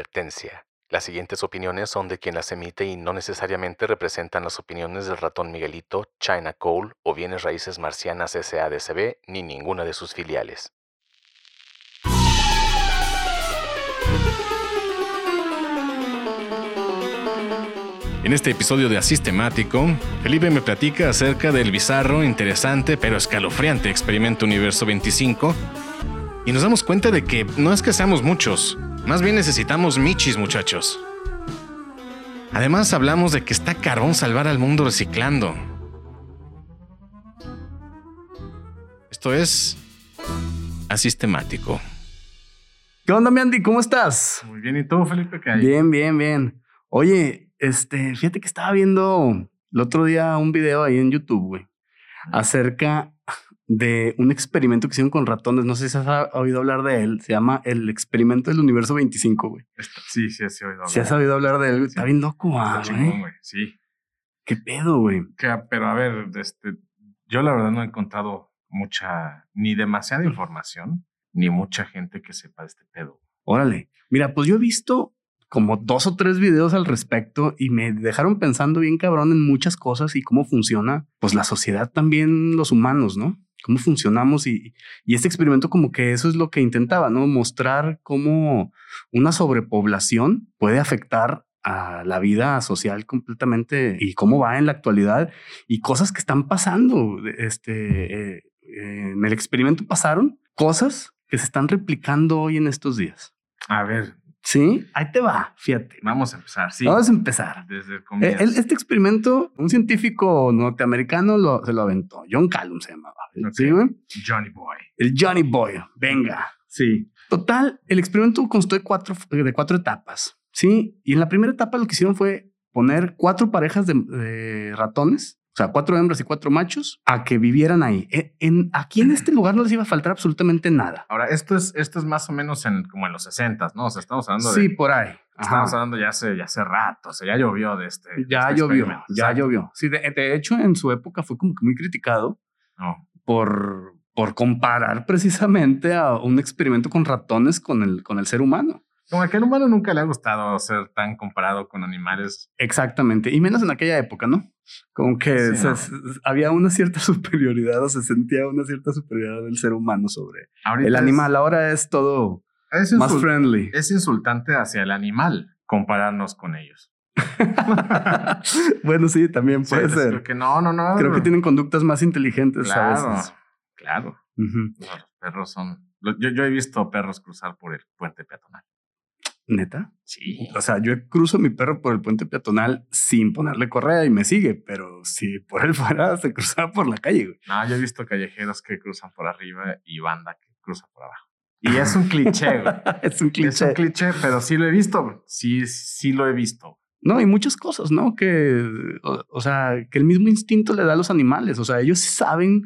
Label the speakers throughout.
Speaker 1: Advertencia. Las siguientes opiniones son de quien las emite y no necesariamente representan las opiniones del ratón Miguelito, China Coal o Bienes Raíces Marcianas SADCB ni ninguna de sus filiales.
Speaker 2: En este episodio de Asistemático, Felipe me platica acerca del bizarro, interesante, pero escalofriante experimento Universo 25 y nos damos cuenta de que no es que seamos muchos, más bien necesitamos michis muchachos. Además hablamos de que está carbón salvar al mundo reciclando. Esto es Asistemático.
Speaker 3: ¿Qué onda, mi Andy? ¿Cómo estás?
Speaker 2: Muy bien, ¿y tú, Felipe? ¿Qué
Speaker 3: Bien, bien, bien. Oye, este, fíjate que estaba viendo el otro día un video ahí en YouTube, güey, acerca de un experimento que hicieron con ratones. No sé si has oído hablar de él. Se llama el experimento del universo 25, güey.
Speaker 2: Sí, sí, sí, oído.
Speaker 3: Si has oído hablar de él, güey, está bien loco,
Speaker 2: Está
Speaker 3: ah,
Speaker 2: chingón,
Speaker 3: güey.
Speaker 2: güey, Sí.
Speaker 3: ¿Qué pedo, güey?
Speaker 2: Que- ah, pero a ver, este, yo la verdad no he encontrado mucha, ni demasiada información, ni mucha gente que sepa de este pedo.
Speaker 3: Órale. Mira, pues yo he visto como dos o tres videos al respecto y me dejaron pensando bien cabrón en muchas cosas y cómo funciona, pues la sociedad también, los humanos, ¿no? Cómo funcionamos y, y este experimento como que eso es lo que intentaba, ¿no? Mostrar cómo una sobrepoblación puede afectar a la vida social completamente y cómo va en la actualidad y cosas que están pasando. Este, eh, eh, en el experimento pasaron cosas que se están replicando hoy en estos días.
Speaker 2: A ver,
Speaker 3: Sí, ahí te va, fíjate.
Speaker 2: vamos a empezar, sí.
Speaker 3: Vamos a empezar.
Speaker 2: Desde el
Speaker 3: Eh,
Speaker 2: comienzo.
Speaker 3: el- este experimento, un científico norteamericano lo, se lo aventó. John Callum se llamaba.
Speaker 2: Ok.
Speaker 3: Sí, güey.
Speaker 2: Johnny Boy.
Speaker 3: El Johnny Boy. Venga. Sí. Total, el experimento constó de cuatro, de cuatro etapas. Sí. Y en la primera etapa lo que hicieron fue poner cuatro parejas de, de ratones, o sea, cuatro hembras y cuatro machos, a que vivieran ahí. En, en- aquí en este lugar no les iba a faltar absolutamente nada.
Speaker 2: Ahora, esto es, esto es más o menos en, como en los 60, ¿no? O sea, estamos hablando
Speaker 3: Sí,
Speaker 2: de.
Speaker 3: por ahí. Ajá.
Speaker 2: Estamos hablando ya hace, ya hace rato, o sea, ya llovió de este. de
Speaker 3: Eh, Ya
Speaker 2: este
Speaker 3: llovió,
Speaker 2: experimento.
Speaker 3: ya
Speaker 2: Exacto.
Speaker 3: llovió. Sí, de, de hecho, en su época fue como que muy criticado
Speaker 2: No,
Speaker 3: por, por comparar precisamente a un experimento con ratones con el, con el ser humano.
Speaker 2: Como a que al humano nunca le ha gustado ser tan comparado con animales.
Speaker 3: Exactamente, y menos en aquella época, ¿no? Como que
Speaker 2: Sí,
Speaker 3: se-
Speaker 2: no.
Speaker 3: se- había una cierta superioridad o se sentía una cierta superioridad del ser humano sobre
Speaker 2: Ahorita
Speaker 3: el
Speaker 2: es- eh.
Speaker 3: animal. Ahora es todo
Speaker 2: es
Speaker 3: más
Speaker 2: insult-
Speaker 3: friendly.
Speaker 2: es insultante hacia el animal compararnos con ellos.
Speaker 3: bueno, sí, también
Speaker 2: Sí,
Speaker 3: puede
Speaker 2: es
Speaker 3: ser.
Speaker 2: Porque no, no, no.
Speaker 3: Creo que tienen conductas más inteligentes
Speaker 2: Claro,
Speaker 3: a veces.
Speaker 2: claro.
Speaker 3: Ujú.
Speaker 2: No, los perros son. lo- Yo, yo he visto perros cruzar por el puente peatonal.
Speaker 3: Neta.
Speaker 2: Sí.
Speaker 3: O sea, yo cruzo a mi perro por el puente peatonal sin ponerle correa y me sigue, pero si por él fuera, se cruzaba por la calle. güey.
Speaker 2: No, yo he visto callejeros que cruzan por arriba y banda que cruza por abajo. Y es un cliché, güey.
Speaker 3: es un
Speaker 2: Es un
Speaker 3: cliché.
Speaker 2: cliché, pero sí lo he visto. güey. Sí, sí lo he visto.
Speaker 3: No, y muchas cosas, ¿no? Que, o, o sea, que el mismo instinto le da a los animales. O sea, ellos saben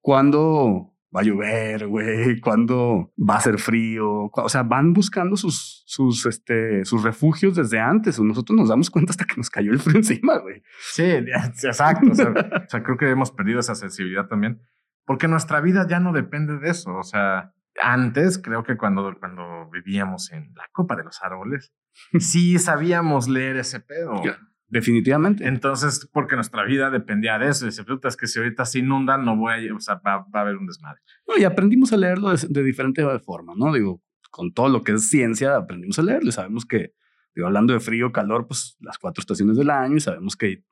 Speaker 3: cuándo va a llover, güey, cuándo va a ser frío. cu- O sea, van buscando sus, sus, este, sus refugios desde antes. Nosotros nos damos cuenta hasta que nos cayó el frío encima, güey.
Speaker 2: Sí, exacto. O sea, o sea, creo que hemos perdido esa sensibilidad también. Porque nuestra vida ya no depende de eso. O sea, antes creo que cuando, cuando vivíamos en la copa de los árboles, sí sabíamos leer ese pedo.
Speaker 3: Claro. Definitivamente.
Speaker 2: Entonces, porque nuestra vida dependía de eso. Y dice, puta, es que si ahorita se inundan, no voy a... lle- O sea, va, va a haber un desmadre.
Speaker 3: No, y aprendimos a leerlo de, de diferente forma, ¿no? Digo, con todo lo que es ciencia, aprendimos a leerlo y sabemos que, digo, hablando de frío, calor, pues las cuatro estaciones del año y sabemos que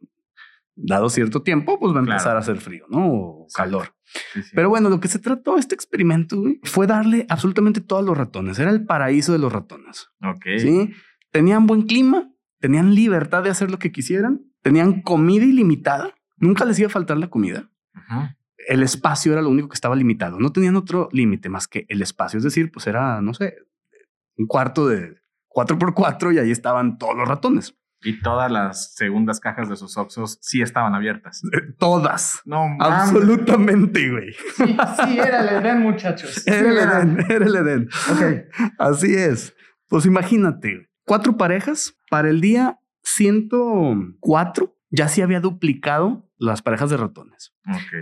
Speaker 3: dado cierto tiempo, pues va a
Speaker 2: Claro.
Speaker 3: empezar a hacer frío, ¿no? O
Speaker 2: Exacto.
Speaker 3: calor.
Speaker 2: Sí, sí.
Speaker 3: Pero bueno, lo que se trató este experimento güey, fue darle absolutamente todos los ratones. Era el paraíso de los ratones.
Speaker 2: ok.
Speaker 3: ¿sí? Tenían buen clima, tenían libertad de hacer lo que quisieran, tenían comida ilimitada. Nunca les iba a faltar la comida
Speaker 2: Ujú.
Speaker 3: el espacio era lo único que estaba limitado. No tenían otro límite más que el espacio. Es decir, pues era, no sé, un cuarto de 4x4 y ahí estaban todos los ratones.
Speaker 2: Y todas las segundas cajas de sus Oxxos sí estaban abiertas.
Speaker 3: Todas.
Speaker 2: No, mames.
Speaker 3: Absolutamente, güey.
Speaker 2: Sí, sí, era el Edén, muchachos. Sí,
Speaker 3: Era el Edén, era el Edén.
Speaker 2: Ok.
Speaker 3: Así es. Pues imagínate, cuatro parejas para el día 104 ya se había duplicado las parejas de ratones.
Speaker 2: Ok.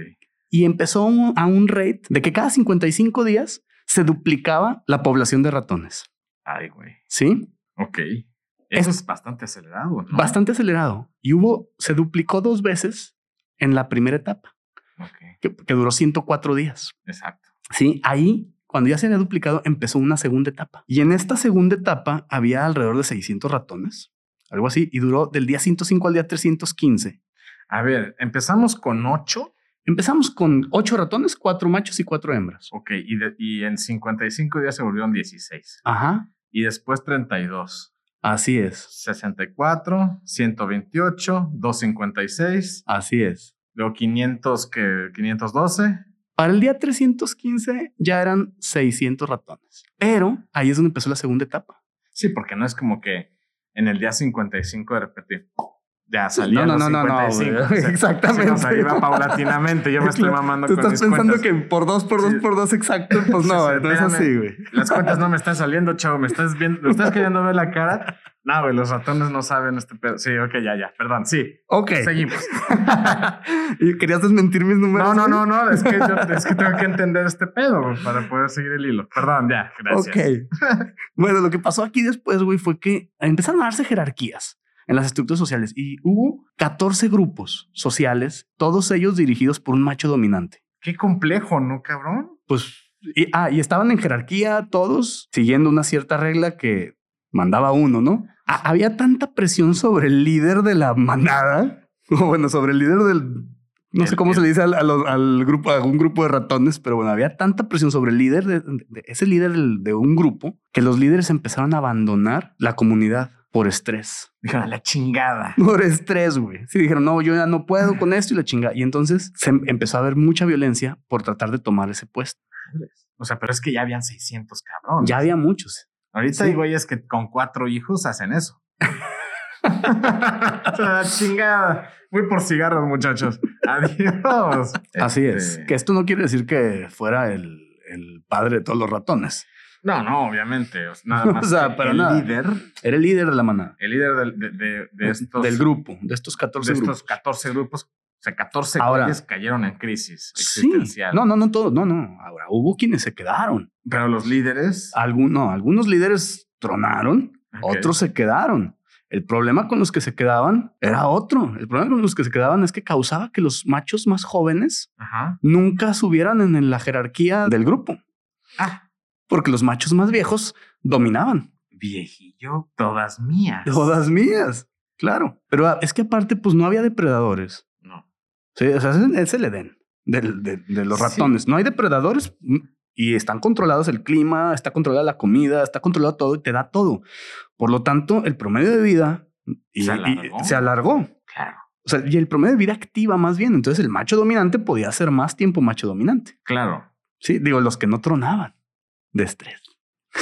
Speaker 3: y empezó un- a un rate de que cada 55 días se duplicaba la población de ratones.
Speaker 2: Ay, güey.
Speaker 3: ¿Sí?
Speaker 2: Ok. Eso es bastante acelerado, ¿no?
Speaker 3: Bastante acelerado. Y hubo, se duplicó dos veces en la primera etapa,
Speaker 2: Ok,
Speaker 3: que, que duró 104 días.
Speaker 2: exacto.
Speaker 3: Sí, ahí, cuando ya se había duplicado, empezó una segunda etapa. Y en esta segunda etapa había alrededor de 600 ratones, algo así, y duró del día 105 al día 315.
Speaker 2: A ver, empezamos con 8,
Speaker 3: Empezamos con 8 ratones, 4 machos y 4 hembras.
Speaker 2: ok, y, de- y en 55 días se volvieron 16.
Speaker 3: Ajá,
Speaker 2: Y después 32,
Speaker 3: así es,
Speaker 2: 64, 128, 256,
Speaker 3: así es.
Speaker 2: luego 500, que 512.
Speaker 3: Para el día 315 ya eran 600 ratones. Pero ahí es donde empezó la segunda etapa.
Speaker 2: Sí, porque no es como que en el día 55 de repente ya salían
Speaker 3: no,
Speaker 2: los
Speaker 3: no, no, no,
Speaker 2: 55.
Speaker 3: güey.
Speaker 2: o sea,
Speaker 3: Exactamente.
Speaker 2: o sea, iba paulatinamente. Yo me estoy
Speaker 3: Claro,
Speaker 2: mamando
Speaker 3: Tú
Speaker 2: con
Speaker 3: estás
Speaker 2: mis
Speaker 3: pensando
Speaker 2: cuentas.
Speaker 3: que por dos, por dos,
Speaker 2: Sí.
Speaker 3: por dos exacto, pues no,
Speaker 2: Sí, sí,
Speaker 3: no es así, güey.
Speaker 2: Las cuentas no me están saliendo, chavo. Me estás viendo, me estás queriendo ver la cara. No, güey, los ratones no saben este pedo. Sí, ok, ya, ya. Perdón, sí.
Speaker 3: Ok.
Speaker 2: Seguimos.
Speaker 3: ¿Y ¿Querías desmentir mis números?
Speaker 2: No, no,
Speaker 3: güey?
Speaker 2: no, no. Es que, yo- es que tengo que entender este pedo güey, para poder seguir el hilo. Perdón, ya. Gracias.
Speaker 3: Ok. bueno, lo que pasó aquí después, güey, fue que empezaron a darse jerarquías en las estructuras sociales y hubo 14 grupos sociales, todos ellos dirigidos por un macho dominante.
Speaker 2: Qué complejo, ¿no, cabrón?
Speaker 3: Pues, y, ah, y estaban en jerarquía todos siguiendo una cierta regla que mandaba uno, ¿no? Ha- había tanta presión sobre el líder de la manada, o bueno, sobre el líder del... No sé
Speaker 2: El-
Speaker 3: cómo
Speaker 2: el-
Speaker 3: se le dice al, a los- al grupo, a un grupo de ratones, pero bueno, había tanta presión sobre el líder, de, de- ese líder del- de un grupo, que los líderes empezaron a abandonar la comunidad por estrés.
Speaker 2: Dijeron, la chingada.
Speaker 3: Por estrés, güey. Sí, dijeron, no, yo ya no puedo con esto y la chinga. Y entonces se em- empezó a haber mucha violencia por tratar de tomar ese puesto.
Speaker 2: O sea, pero es que ya habían 600 cabrones.
Speaker 3: Ya había muchos.
Speaker 2: Ahorita
Speaker 3: Sí.
Speaker 2: hay güeyes que con cuatro hijos hacen eso. O sea, chingada. Voy por cigarros, muchachos. Adiós.
Speaker 3: Así es.
Speaker 2: Este,
Speaker 3: Que esto no quiere decir que fuera el, el padre de todos los ratones.
Speaker 2: No, no, obviamente. o sea, Nada más.
Speaker 3: O sea,
Speaker 2: que
Speaker 3: para
Speaker 2: el
Speaker 3: nada.
Speaker 2: líder,
Speaker 3: Era el líder de la manada.
Speaker 2: el líder del, de, de- de estos,
Speaker 3: del grupo, de estos
Speaker 2: de
Speaker 3: 14
Speaker 2: estos
Speaker 3: grupos.
Speaker 2: 14 grupos. O sea, 14
Speaker 3: Ahora-
Speaker 2: güeyes cayeron en crisis
Speaker 3: Sí.
Speaker 2: existencial.
Speaker 3: No, no, no todos. No, no. Ahora hubo quienes se quedaron.
Speaker 2: Pero los líderes.
Speaker 3: Algun- no, algunos líderes tronaron,
Speaker 2: Ok.
Speaker 3: otros se quedaron. El problema con los que se quedaban era otro. El problema con los que se quedaban es que causaba que los machos más jóvenes
Speaker 2: Ajá.
Speaker 3: nunca subieran en- en la jerarquía del grupo,
Speaker 2: Ah,
Speaker 3: porque los machos más viejos dominaban.
Speaker 2: viejillo, todas mías.
Speaker 3: Todas mías, claro. Pero ah, es que aparte, pues no había depredadores.
Speaker 2: No.
Speaker 3: Sí, o sea, es, es el Edén del- de, de los
Speaker 2: Sí.
Speaker 3: ratones. No hay depredadores mm, y están controlados el clima, está controlada la comida, está controlado todo y te da todo. Por lo tanto, el promedio de vida y-
Speaker 2: Se
Speaker 3: y-
Speaker 2: alargó.
Speaker 3: se alargó.
Speaker 2: Claro.
Speaker 3: O sea, y el promedio de vida activa más bien. Entonces, el macho dominante podía ser más tiempo macho dominante.
Speaker 2: Claro.
Speaker 3: Sí, digo, los que no tronaban de estrés.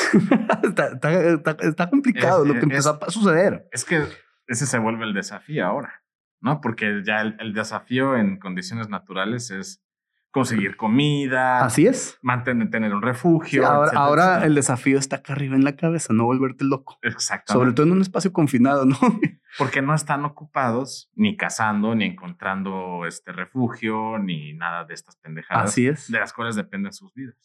Speaker 3: está, está- está- está complicado
Speaker 2: Es- eh,
Speaker 3: lo que
Speaker 2: es-
Speaker 3: empezó a suceder.
Speaker 2: Es que ese se vuelve el desafío ahora, ¿no? Porque ya el, el desafío en condiciones naturales es conseguir comida,
Speaker 3: Así es.
Speaker 2: mantener tener un
Speaker 3: Sí,
Speaker 2: refugio.
Speaker 3: ahora,
Speaker 2: etcétera,
Speaker 3: ahora
Speaker 2: etcétera.
Speaker 3: el desafío está acá arriba en la cabeza, no volverte loco.
Speaker 2: Exactamente.
Speaker 3: Sobre todo en un espacio confinado, ¿no?
Speaker 2: Porque no están ocupados ni cazando, ni encontrando este refugio, ni nada de estas pendejadas.
Speaker 3: Así es.
Speaker 2: De las cuales dependen sus vidas.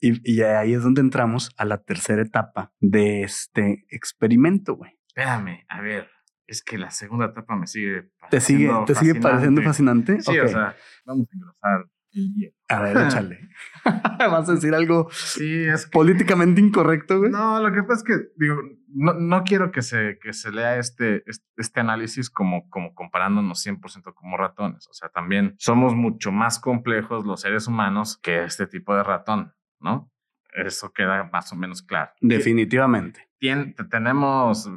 Speaker 3: Y, y ahí es donde entramos a la tercera etapa de este experimento, güey.
Speaker 2: Espérame, a ver. Es que la segunda etapa me sigue
Speaker 3: ¿Te sigue,
Speaker 2: pareciendo
Speaker 3: ¿Te sigue pareciendo fascinante?
Speaker 2: Sí,
Speaker 3: Ok.
Speaker 2: o sea, vamos a engrosar el hielo.
Speaker 3: A ver, échale. ¿Vas a decir algo
Speaker 2: Sí, es que
Speaker 3: políticamente incorrecto, güey?
Speaker 2: No, lo que pasa es que, digo, no, no quiero que se, que se lea este, este, este análisis como, como comparándonos 100% como ratones. O sea, también somos mucho más complejos los seres humanos que este tipo de ratón, ¿no? Eso queda más o menos claro.
Speaker 3: Definitivamente.
Speaker 2: Tien- te- tenemos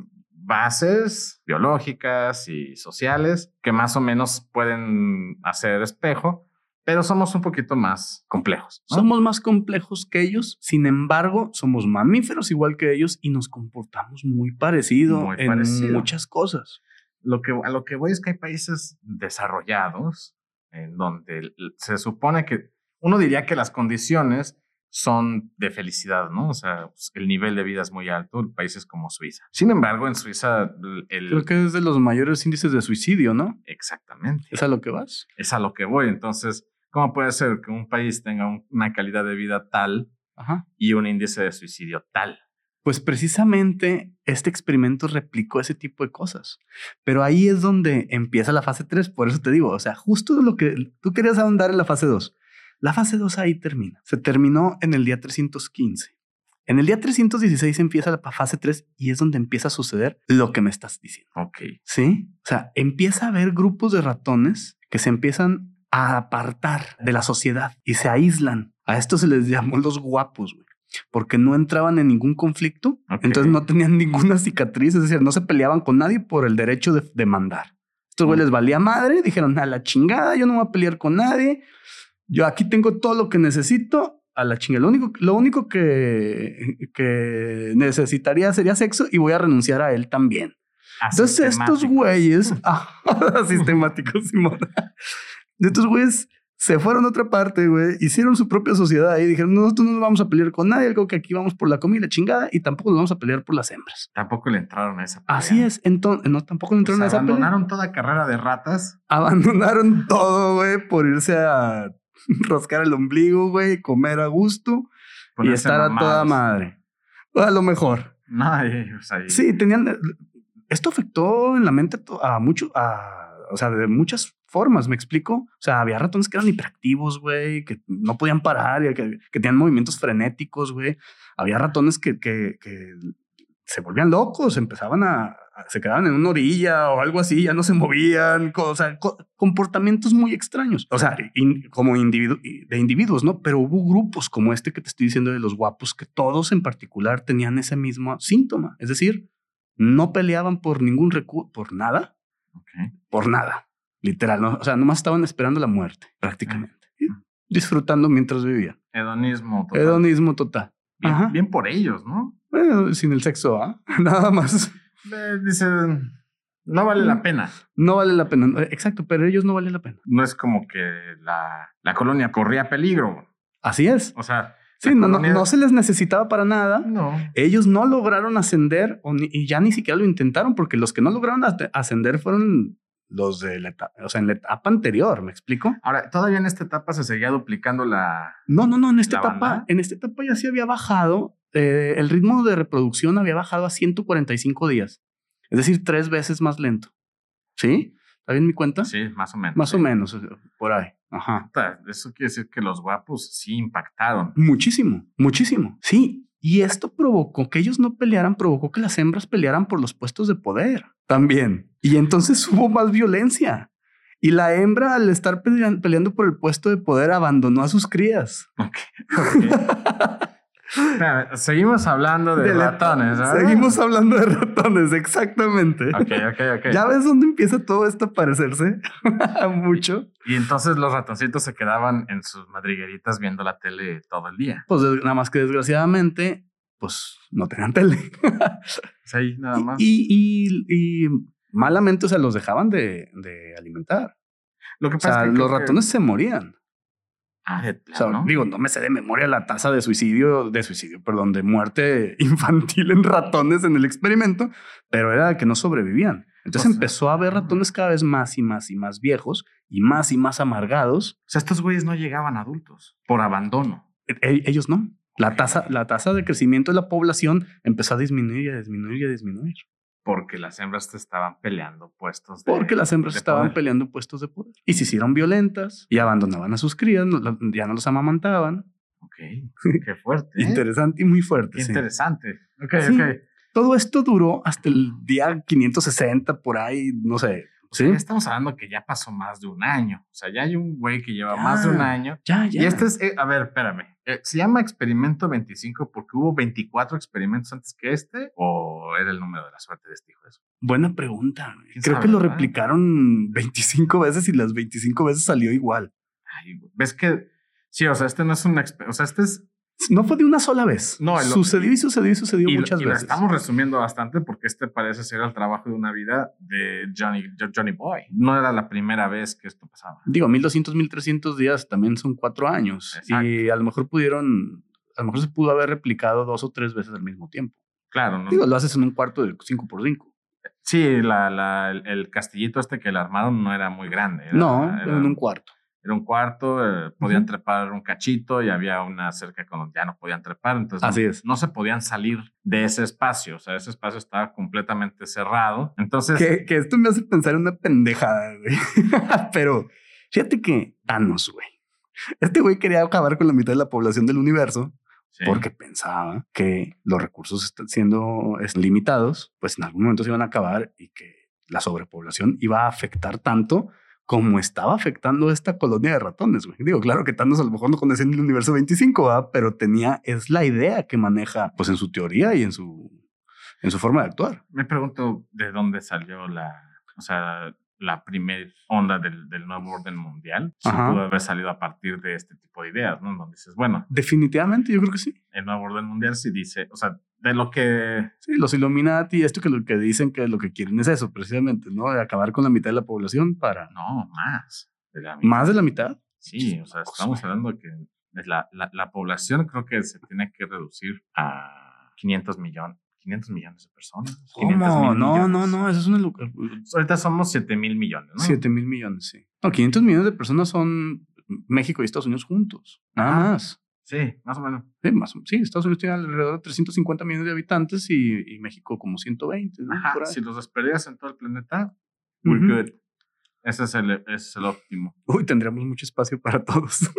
Speaker 2: bases biológicas y sociales que más o menos pueden hacer espejo, pero somos un poquito más complejos. ¿no?
Speaker 3: Somos más complejos que ellos, sin embargo, somos mamíferos igual que ellos y nos comportamos muy parecido
Speaker 2: Muy
Speaker 3: en
Speaker 2: parecido.
Speaker 3: muchas cosas.
Speaker 2: lo que, a lo que voy es que hay países desarrollados en donde l- l- se supone que uno diría que las condiciones son de felicidad, ¿no? O sea, pues, el nivel de vida es muy alto en países como Suiza. Sin embargo, en Suiza, l- el,
Speaker 3: Creo que es de los mayores índices de suicidio, ¿no?
Speaker 2: exactamente,
Speaker 3: ¿Es a lo que vas?
Speaker 2: es a lo que voy. Entonces, ¿cómo puede ser que un país tenga un- una calidad de vida tal
Speaker 3: Ajá.
Speaker 2: y un índice de suicidio tal?
Speaker 3: Pues precisamente este experimento replicó ese tipo de cosas. Pero ahí es donde empieza la fase 3, por eso te digo, o sea, justo de lo que tú querías ahondar en la fase 2. La fase 2 ahí termina. Se terminó en el día 315. En el día 316 empieza la fase 3 y es donde empieza a suceder lo que me estás diciendo.
Speaker 2: Ok.
Speaker 3: ¿Sí? O sea, empieza a haber grupos de ratones que se empiezan a apartar de la sociedad y se aíslan. A esto se les llamó los guapos, güey, porque no entraban en ningún conflicto,
Speaker 2: Ok.
Speaker 3: entonces no tenían ninguna cicatriz, es decir, no se peleaban con nadie por el derecho de, de mandar. Estos güeyes les valía madre, dijeron a la chingada, yo no me voy a pelear con nadie, yo aquí tengo todo lo que necesito, a la chingada. Lo único, lo único que, que necesitaría sería sexo y voy a renunciar a él también. Entonces estos
Speaker 2: Asistemáticos.
Speaker 3: güeyes, Ah, sistemáticos, Simón. Estos güeyes se fueron a otra parte, güey, hicieron su propia sociedad y dijeron, nosotros no nos vamos a pelear con nadie, algo que aquí vamos por la comida y la chingada y tampoco nos vamos a pelear por las hembras.
Speaker 2: Tampoco le entraron a esa pelea.
Speaker 3: Así es, entonces, no, tampoco
Speaker 2: O sea,
Speaker 3: entraron a esa pelea.
Speaker 2: abandonaron toda carrera de ratas.
Speaker 3: Abandonaron todo, güey, por irse a rascar el ombligo, güey, comer a gusto y
Speaker 2: ponerse
Speaker 3: estar a toda
Speaker 2: mamadas.
Speaker 3: madre. O a lo mejor.
Speaker 2: No, y- o sea, y-
Speaker 3: Sí, tenían. eh, Esto afectó en la mente to- a mucho, a, o sea, de muchas formas, ¿me explico? O sea, había ratones que eran hiperactivos, güey, que no podían parar, y que, que tenían movimientos frenéticos, güey. Había ratones que, que, que se volvían locos, empezaban a, a- se quedaban en una orilla o algo así, ya no se movían, co- o sea, co- comportamientos muy extraños. O sea, in- como individu- de individuos, ¿no? Pero hubo grupos como este que te estoy diciendo de los guapos, que todos en particular tenían ese mismo síntoma. Es decir, no peleaban por ningún recurso, por nada,
Speaker 2: Ok.
Speaker 3: por nada, literal. ¿no? O sea, nomás estaban esperando la muerte, prácticamente. Y Disfrutando mientras vivían.
Speaker 2: Hedonismo. total.
Speaker 3: Hedonismo total.
Speaker 2: Bien,
Speaker 3: Ajá.
Speaker 2: bien por ellos, ¿no?
Speaker 3: Bueno, sin el sexo, ¿ah? Nada más.
Speaker 2: Eh, dicen, no vale
Speaker 3: Mm.
Speaker 2: la pena.
Speaker 3: No vale la pena. Exacto, pero ellos no vale la pena.
Speaker 2: No es como que la, la colonia corría peligro.
Speaker 3: Así es.
Speaker 2: O sea,
Speaker 3: Sí,
Speaker 2: la
Speaker 3: no, no,
Speaker 2: colonia-
Speaker 3: no se les necesitaba para nada.
Speaker 2: No.
Speaker 3: Ellos no lograron ascender o ni- y ya ni siquiera lo intentaron porque los que no lograron as- ascender fueron los de la etapa, o sea, en la etapa anterior, ¿me explico?
Speaker 2: Ahora, todavía en esta etapa se seguía duplicando la.
Speaker 3: No, no, no, en esta
Speaker 2: ¿La
Speaker 3: etapa,
Speaker 2: banda?
Speaker 3: en esta etapa ya sí había bajado, eh, el ritmo de reproducción había bajado a 145 días, es decir, tres veces más lento. ¿Sí? ¿Está bien mi cuenta?
Speaker 2: Sí, más o menos.
Speaker 3: Más o
Speaker 2: sí.
Speaker 3: menos, o sea, por ahí. Ajá.
Speaker 2: Puta, Eso quiere decir que los guapos sí impactaron.
Speaker 3: Muchísimo, muchísimo. Sí. Y esto provocó que ellos no pelearan, provocó que las hembras pelearan por los puestos de poder también. Y entonces hubo más violencia. Y la hembra, al estar pelean- peleando por el puesto de poder, abandonó a sus crías.
Speaker 2: Ok. Espérame, Seguimos hablando de,
Speaker 3: De la-
Speaker 2: ratones. ¿verdad?
Speaker 3: Seguimos hablando de ratones, exactamente.
Speaker 2: Ok, ok, ok.
Speaker 3: ¿Ya ves dónde empieza todo esto a parecerse? Mucho.
Speaker 2: Y entonces los ratoncitos se quedaban en sus madrigueritas viendo la tele todo el día.
Speaker 3: Pues des- nada más que desgraciadamente, pues no tenían tele.
Speaker 2: Es pues, ahí nada más.
Speaker 3: Y, y- y- y malamente, o sea, los dejaban de- de alimentar.
Speaker 2: lo que
Speaker 3: O sea,
Speaker 2: es Pues, que
Speaker 3: los
Speaker 2: creo que-
Speaker 3: ratones se morían.
Speaker 2: Ah, de
Speaker 3: O sea,
Speaker 2: plano.
Speaker 3: digo, no me sé de memoria la tasa de suicidio, de suicidio, perdón, de muerte infantil en ratones en el experimento, pero era que no sobrevivían. Entonces
Speaker 2: O sea,
Speaker 3: empezó a haber ratones cada vez más y más y más viejos y más y más amargados.
Speaker 2: O sea, estos güeyes no llegaban adultos por abandono.
Speaker 3: E- e- ellos no. La tasa, la tasa de crecimiento de la población empezó a disminuir y a disminuir y a disminuir.
Speaker 2: Porque las hembras te estaban peleando puestos de.
Speaker 3: Porque las hembras
Speaker 2: de
Speaker 3: estaban
Speaker 2: poder.
Speaker 3: peleando puestos de poder. Y se hicieron violentas y abandonaban a sus crías, no- la- ya no los amamantaban.
Speaker 2: Ok. Qué fuerte. ¿eh?
Speaker 3: Interesante y muy fuerte.
Speaker 2: Qué
Speaker 3: sí.
Speaker 2: interesante. Ok,
Speaker 3: Sí.
Speaker 2: ok.
Speaker 3: Todo esto duró hasta el día 560, por ahí, no sé. ¿Sí?
Speaker 2: Ya estamos hablando que ya pasó más de un año. O sea, ya hay un güey que lleva
Speaker 3: Ya.
Speaker 2: más de un año.
Speaker 3: Ya,
Speaker 2: Y este es, eh, a ver, espérame. Eh, ¿Se llama experimento 25 porque hubo 24 experimentos antes que este? ¿O era el número de la suerte de este hijo de su-
Speaker 3: Buena pregunta. güey.
Speaker 2: ¿Quién
Speaker 3: Creo
Speaker 2: sabe,
Speaker 3: que lo
Speaker 2: verdad?
Speaker 3: replicaron 25 veces y las 25 veces salió igual.
Speaker 2: Ay, güey, ¿Ves que.? Sí, o sea, este no es un. exper- O sea, este es.
Speaker 3: No fue de una sola vez.
Speaker 2: No, el-
Speaker 3: sucedió y sucedió y sucedió
Speaker 2: Y, lo-
Speaker 3: muchas
Speaker 2: y lo
Speaker 3: veces.
Speaker 2: estamos resumiendo bastante porque este parece ser el trabajo de una vida de Johnny, Jo- Johnny Boy. No era la primera vez que esto pasaba.
Speaker 3: Digo, 1200, 1300 días también son cuatro años.
Speaker 2: Exacto.
Speaker 3: Y a lo mejor pudieron, a lo mejor se pudo haber replicado dos o tres veces al mismo tiempo.
Speaker 2: Claro, ¿no?
Speaker 3: Digo, lo haces en un cuarto de 5 por 5
Speaker 2: Sí, la, la- el, el castillito este que le armaron no era muy grande. era-
Speaker 3: No,
Speaker 2: era-
Speaker 3: en un cuarto.
Speaker 2: era un cuarto, eh, podían trepar un cachito y había una cerca con donde ya no podían trepar, entonces
Speaker 3: Así
Speaker 2: no,
Speaker 3: es.
Speaker 2: no se podían salir de ese espacio, o sea, ese espacio estaba completamente cerrado. Entonces,
Speaker 3: Que, que esto me hace pensar en una pendejada, güey. Pero fíjate que Thanos, güey. Este güey quería acabar con la mitad de la población del universo
Speaker 2: sí.
Speaker 3: porque pensaba que los recursos están siendo es, limitados, pues en algún momento se iban a acabar y que la sobrepoblación iba a afectar tanto como estaba afectando esta colonia de ratones. güey. Digo, claro que Thanos a lo mejor no conocía ni el universo 25, ¿verdad? pero tenía, es la idea que maneja, pues en su teoría y en su, en su forma de actuar.
Speaker 2: me pregunto de dónde salió la, o sea, la primer onda del, del nuevo orden mundial. Si
Speaker 3: Ajá.
Speaker 2: pudo haber salido a partir de este tipo de ideas, ¿no? Donde dices, bueno,
Speaker 3: Definitivamente, yo creo que sí.
Speaker 2: el nuevo orden mundial sí dice, o sea, de lo que
Speaker 3: Sí, los Illuminati, esto que lo que dicen que lo que quieren es eso, precisamente, ¿no? De acabar con la mitad de la población para
Speaker 2: no más de la mitad.
Speaker 3: más de la mitad.
Speaker 2: Sí, o sea, estamos hablando que es la, la, la población creo que se tiene que reducir a 500 millones. 500 millones de personas. 500
Speaker 3: ¿Cómo?
Speaker 2: mil
Speaker 3: No, no,
Speaker 2: millones.
Speaker 3: no, eso es una
Speaker 2: Ahorita somos 7 mil millones, ¿no?
Speaker 3: 7 mil millones, sí. No, 500 millones de personas son México y Estados Unidos juntos, nada
Speaker 2: Ajá.
Speaker 3: más.
Speaker 2: Sí, más o menos.
Speaker 3: Sí, más o- sí, Estados Unidos tiene alrededor de 350 millones de habitantes y, y México como 120. ¿no?
Speaker 2: Ajá,
Speaker 3: Por ahí.
Speaker 2: si los desperdicias en todo el planeta,
Speaker 3: Ujú.
Speaker 2: we're good. Ese es el, ese es el óptimo.
Speaker 3: Uy, tendríamos mucho espacio para todos.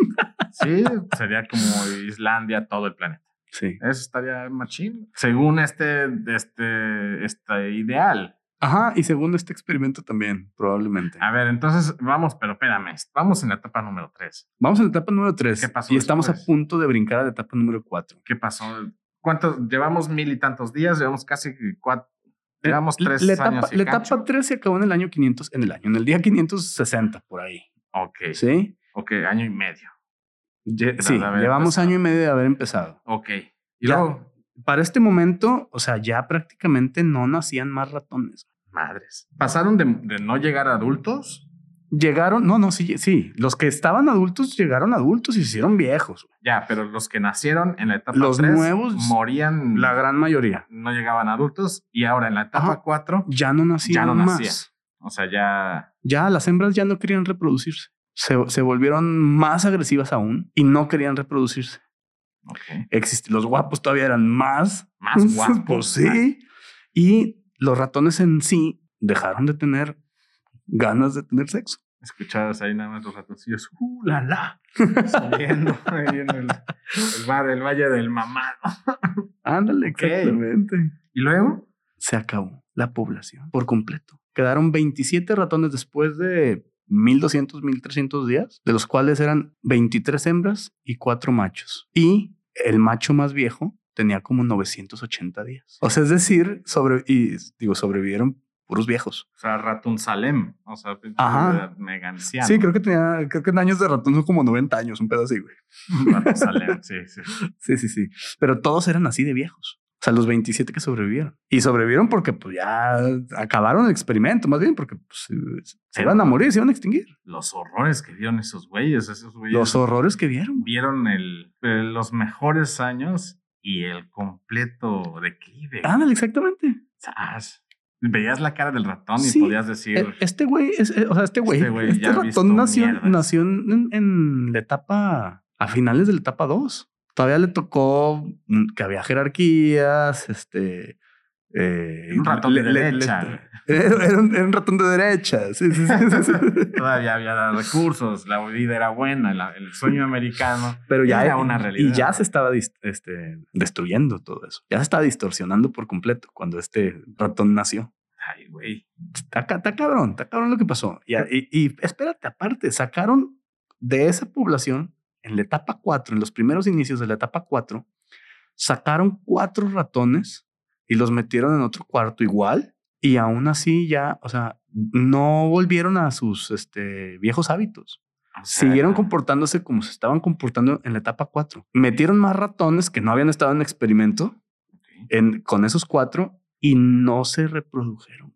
Speaker 2: Sí, sería como Islandia, todo el planeta.
Speaker 3: sí.
Speaker 2: Eso estaría machín. Según este, este, este ideal.
Speaker 3: Ajá, y según este experimento también, probablemente.
Speaker 2: A ver, entonces vamos, pero espérame, vamos en la etapa número 3.
Speaker 3: Vamos a la etapa número 3
Speaker 2: ¿Qué pasó
Speaker 3: y estamos a
Speaker 2: después?
Speaker 3: punto de brincar a la etapa número 4.
Speaker 2: ¿Qué pasó? ¿Cuántos? Llevamos mil y tantos días, llevamos casi cuatro, llevamos
Speaker 3: La-
Speaker 2: tres
Speaker 3: la etapa,
Speaker 2: años y
Speaker 3: La
Speaker 2: cacho.
Speaker 3: etapa 3 se acabó en el año 500, en el año, en el día 560, por ahí.
Speaker 2: Ok,
Speaker 3: ¿Sí?
Speaker 2: ok, año y medio.
Speaker 3: Ye-
Speaker 2: De
Speaker 3: sí,
Speaker 2: haber
Speaker 3: llevamos
Speaker 2: empezado.
Speaker 3: año y medio de haber empezado.
Speaker 2: Ok. Y
Speaker 3: Ya.
Speaker 2: luego,
Speaker 3: Para este momento, o sea, ya prácticamente no nacían más ratones.
Speaker 2: madres. Pasaron de, de no llegar a adultos,
Speaker 3: Llegaron, no, no, sí, sí, los que estaban adultos llegaron adultos y se hicieron viejos, güey.
Speaker 2: ya, pero los que nacieron en la etapa
Speaker 3: Los
Speaker 2: 3
Speaker 3: nuevos,
Speaker 2: morían,
Speaker 3: la gran mayoría.
Speaker 2: no llegaban a adultos, y ahora en la etapa
Speaker 3: Ajá.
Speaker 2: 4,
Speaker 3: Ya no nacían
Speaker 2: Ya no
Speaker 3: más.
Speaker 2: nacían. o sea, ya
Speaker 3: ya las hembras ya no querían reproducirse. Se, se volvieron más agresivas aún y no querían reproducirse.
Speaker 2: Ok.
Speaker 3: Exist- los guapos todavía eran más.
Speaker 2: Más guapos.
Speaker 3: Pues sí. Y los ratones en sí dejaron de tener ganas de tener sexo.
Speaker 2: Escuchabas ahí nada más los ratoncillos. ¡Uh, la, la! Subiendo ahí en el, el bar, el Valle del Mamado.
Speaker 3: Ándale,
Speaker 2: Ok.
Speaker 3: exactamente.
Speaker 2: Y luego,
Speaker 3: Se acabó la población por completo. Quedaron 27 ratones después de 1200, 1300 días, de los cuales eran 23 hembras y 4 machos. Y el macho más viejo tenía como 980 días. O sea, es decir, sobre, y, digo, sobrevivieron puros viejos.
Speaker 2: o sea, Ratun Salem. O sea, pues,
Speaker 3: Ajá.
Speaker 2: mega anciano.
Speaker 3: Sí, creo que tenía, creo que en años de ratón son como 90 años, un pedo así, güey.
Speaker 2: Ratun Salem, sí, sí.
Speaker 3: Sí, sí, sí. Pero todos eran así de viejos. O sea, los 27 que sobrevivieron. Y sobrevivieron porque pues, ya acabaron el experimento, más bien porque pues, se- se iban a morir, se iban a extinguir.
Speaker 2: Los horrores que vieron esos güeyes. Esos güeyes
Speaker 3: Los horrores que vieron. güey.
Speaker 2: vieron el, eh, los mejores años y el completo declive.
Speaker 3: Ándale, exactamente.
Speaker 2: Zas. Veías la cara del ratón
Speaker 3: Sí.
Speaker 2: y podías decir.
Speaker 3: E- Este güey, es- eh, o sea, este güey, este,
Speaker 2: Este güey ya ha visto
Speaker 3: ratón nació,
Speaker 2: mierdas.
Speaker 3: nació en, en la etapa, a finales de la etapa 2. Todavía le tocó mm, que había jerarquías, este... eh,
Speaker 2: Un ratón de
Speaker 3: le- le- le-
Speaker 2: derecha, güey.
Speaker 3: Era, era un, era un ratón de derecha. Sí, sí, sí, sí, sí.
Speaker 2: Todavía había recursos, la vida era buena, la- el sueño americano.
Speaker 3: Pero ya e,
Speaker 2: Era una realidad.
Speaker 3: Y ya se estaba dis- este, destruyendo todo eso. Ya se estaba distorsionando por completo cuando este ratón nació.
Speaker 2: Ay, güey.
Speaker 3: Está, ca- está cabrón, está cabrón lo que pasó. Y, y- y espérate, aparte, sacaron de esa población en la etapa 4, en los primeros inicios de la etapa 4, sacaron cuatro ratones y los metieron en otro cuarto igual. Y aún así ya, o sea, no volvieron a sus este, viejos hábitos.
Speaker 2: O sea,
Speaker 3: Siguieron comportándose como se estaban comportando en la etapa 4. Metieron más ratones que no habían estado en experimento
Speaker 2: ok.
Speaker 3: en, con esos cuatro y no se reprodujeron.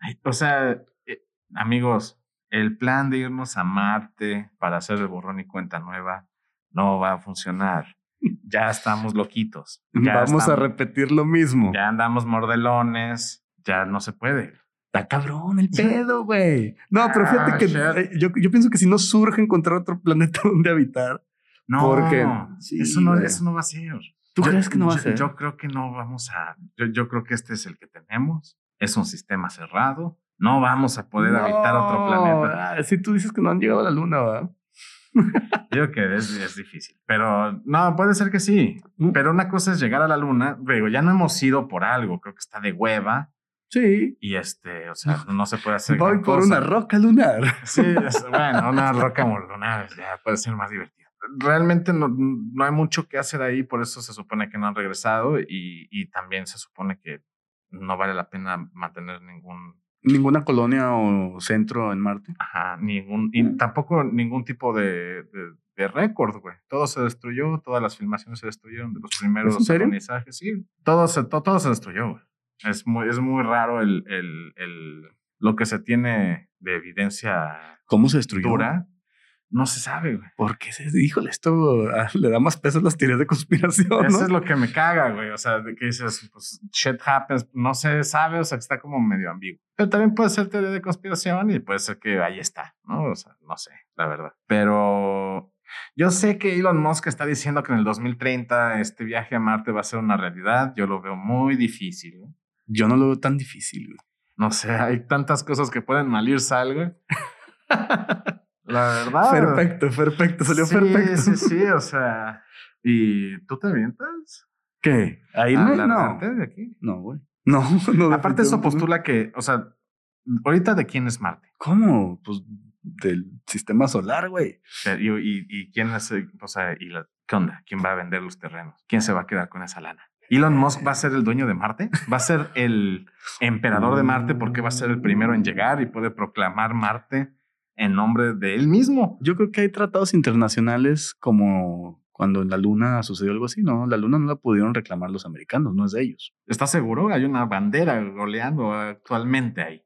Speaker 2: Ay, o sea, eh, amigos, el plan de irnos a Marte para hacer el borrón y cuenta nueva no va a funcionar. Ya estamos loquitos. Ya
Speaker 3: Vamos a
Speaker 2: estamos-
Speaker 3: repetir lo mismo.
Speaker 2: Ya andamos mordelones. Ya no se puede.
Speaker 3: Está cabrón el pedo, güey. No, pero fíjate que
Speaker 2: Ah,
Speaker 3: eh, yo, yo pienso que si no surge encontrar otro planeta donde habitar.
Speaker 2: No,
Speaker 3: Porque-
Speaker 2: eso, no,
Speaker 3: Sí,
Speaker 2: eso no va a ser.
Speaker 3: ¿Tú
Speaker 2: Yo-
Speaker 3: crees que no va a
Speaker 2: yo-
Speaker 3: ser?
Speaker 2: Yo creo que no vamos a. Yo, yo creo que este es el que tenemos. Es un sistema cerrado. No vamos a poder habitar otro planeta.
Speaker 3: Ah, Si tú dices que no han llegado a la luna, ¿verdad?
Speaker 2: Yo creo que es, es difícil. Pero no, puede ser que sí.
Speaker 3: Mm.
Speaker 2: Pero una cosa es llegar a la luna. Digo, ya no hemos ido por algo. Creo que está de hueva.
Speaker 3: Sí.
Speaker 2: Y este, o sea, no se puede hacer.
Speaker 3: Voy
Speaker 2: gran
Speaker 3: por
Speaker 2: cosa.
Speaker 3: una roca lunar.
Speaker 2: Sí, es- bueno, una roca lunar ya puede ser más divertido. Realmente no, no hay mucho que hacer ahí, por eso se supone que no han regresado y, y también se supone que no vale la pena mantener ningún,
Speaker 3: Ninguna colonia o centro en Marte.
Speaker 2: ajá, ningún,
Speaker 3: Mm.
Speaker 2: y tampoco ningún tipo de, de, de récord, güey. Todo se destruyó, todas las filmaciones se destruyeron de los
Speaker 3: en
Speaker 2: primeros
Speaker 3: serio?
Speaker 2: aprendizajes, sí. Todo se, to- todo se destruyó, güey. Es muy, es muy raro el, el, el, lo que se tiene de evidencia
Speaker 3: ¿Cómo se destruyó?
Speaker 2: dura. No se sabe, güey.
Speaker 3: Porque se híjole, esto ah, le da más peso a las teorías de conspiración. ¿no?
Speaker 2: Eso es lo que me caga, güey. O sea, de que dices, pues shit happens, no se sabe, o sea, que está como medio ambiguo. Pero también puede ser teoría de conspiración y puede ser que ahí está, ¿no? O sea, no sé, la verdad. Pero yo sé que Elon Musk está diciendo que en el 2030 este viaje a Marte va a ser una realidad. Yo lo veo muy difícil. ¿no?
Speaker 3: Yo no lo veo tan difícil. güey.
Speaker 2: No sé, hay tantas cosas que pueden mal irse algo. La verdad.
Speaker 3: Perfecto, perfecto, salió
Speaker 2: Sí,
Speaker 3: perfecto.
Speaker 2: Sí, sí, o sea. ¿Y tú te avientas?
Speaker 3: ¿Qué? Ahí no, no.
Speaker 2: ¿Alargarte de aquí?
Speaker 3: No, güey. No, no.
Speaker 2: Aparte,
Speaker 3: definitivamente
Speaker 2: eso
Speaker 3: no.
Speaker 2: postula que, o sea, ahorita de quién es Marte
Speaker 3: ¿Cómo? Pues del sistema solar, güey.
Speaker 2: Pero, Eh, y, y- y quién es, eh, o sea, y la, ¿qué onda? ¿Quién va a vender los terrenos? ¿Quién se va a quedar con esa lana? ¿Elon Musk va a ser el dueño de Marte? ¿Va a ser el emperador de Marte porque va a ser el primero en llegar y puede proclamar Marte en nombre de él mismo?
Speaker 3: Yo creo que hay tratados internacionales como cuando en la luna sucedió algo así, ¿no? La luna no la pudieron reclamar los americanos, no es de ellos.
Speaker 2: ¿Estás seguro? Hay una bandera goleando actualmente ahí.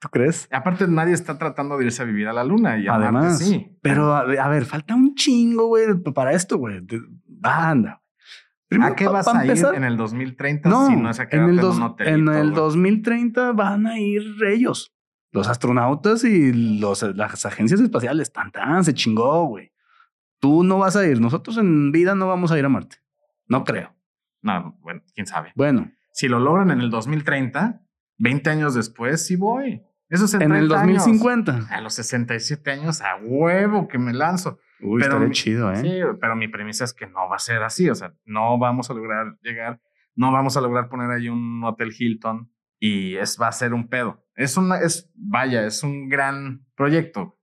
Speaker 3: ¿Tú crees?
Speaker 2: Aparte, nadie está tratando de irse a vivir a la luna y a
Speaker 3: Además,
Speaker 2: Marte sí.
Speaker 3: Pero a, a ver, falta un chingo, güey, para esto, güey. De- Anda. Primero,
Speaker 2: ¿A qué
Speaker 3: pa-
Speaker 2: vas
Speaker 3: pa
Speaker 2: a ir
Speaker 3: empezar-
Speaker 2: en el 2030
Speaker 3: No,
Speaker 2: si no es a
Speaker 3: en
Speaker 2: quedarte
Speaker 3: el,
Speaker 2: en
Speaker 3: dos-
Speaker 2: un
Speaker 3: en
Speaker 2: hotelito,
Speaker 3: el
Speaker 2: güey?
Speaker 3: 2030 van a ir ellos, los astronautas y los, las agencias espaciales. Tan, tan, se chingó, güey. Tú no vas a ir. Nosotros en vida no vamos a ir a Marte. No creo.
Speaker 2: No, bueno, quién sabe.
Speaker 3: Bueno,
Speaker 2: Si lo logran en el 2030, 20 años después, sí voy. Eso es en,
Speaker 3: en el
Speaker 2: 30 años.
Speaker 3: 2050.
Speaker 2: A los 67 años, a huevo que me lanzo.
Speaker 3: Uy,
Speaker 2: Pero
Speaker 3: estaría
Speaker 2: mi-
Speaker 3: chido, ¿eh?
Speaker 2: Sí, pero mi premisa es que no va a ser así. O sea, no vamos a lograr llegar, no vamos a lograr poner ahí un Hotel Hilton y es, va a ser un pedo. Es una, es, vaya, es un gran proyecto.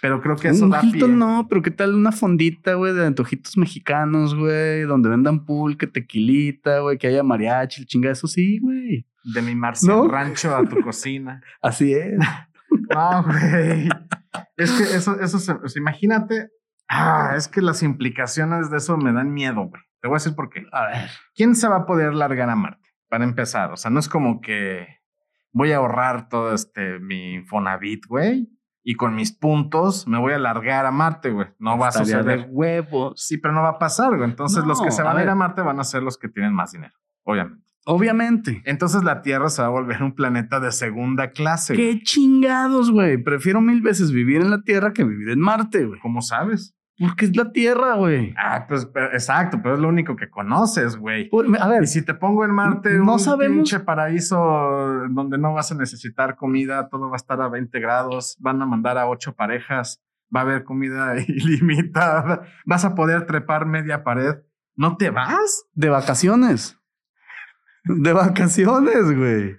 Speaker 2: Pero creo que eso
Speaker 3: un
Speaker 2: da
Speaker 3: Hilton
Speaker 2: pie.
Speaker 3: no, pero ¿qué tal una fondita, güey, de antojitos mexicanos, güey? Donde vendan pulque, tequilita, güey, que haya mariachi, el chinga, eso sí, güey.
Speaker 2: De mi marcial
Speaker 3: ¿No?
Speaker 2: rancho a tu cocina.
Speaker 3: Así es.
Speaker 2: No, güey. Es que eso, eso, se- o sea, imagínate. Ah, es que las implicaciones de eso me dan miedo, güey. Te voy a decir por qué.
Speaker 3: A ver.
Speaker 2: ¿Quién se va a poder largar a Marte? Para empezar, o sea, no es como que voy a ahorrar todo este mi Infonavit, güey, y con mis puntos me voy a largar a Marte, güey. No va a
Speaker 3: Estaría de
Speaker 2: suceder.
Speaker 3: huevos.
Speaker 2: Sí, pero no va a pasar, güey. Entonces, los que
Speaker 3: No,
Speaker 2: se
Speaker 3: a
Speaker 2: van a ir
Speaker 3: ver.
Speaker 2: a Marte van a ser los que tienen más dinero, obviamente.
Speaker 3: Obviamente.
Speaker 2: Entonces, la Tierra se va a volver un planeta de segunda clase. güey.
Speaker 3: Qué chingados, güey. Prefiero mil veces vivir en la Tierra que vivir en Marte, güey.
Speaker 2: ¿Cómo sabes?
Speaker 3: Porque es la Tierra, güey.
Speaker 2: Ah, pues pero- exacto, pero es lo único que conoces, güey.
Speaker 3: Por- A ver,
Speaker 2: Y si te pongo en Marte
Speaker 3: No
Speaker 2: un
Speaker 3: sabemos.
Speaker 2: pinche paraíso donde no vas a necesitar comida, todo va a estar a 20 grados, van a mandar a ocho parejas, va a haber comida ilimitada, vas a poder trepar media pared. ¿No te vas?
Speaker 3: de vacaciones. De vacaciones, güey.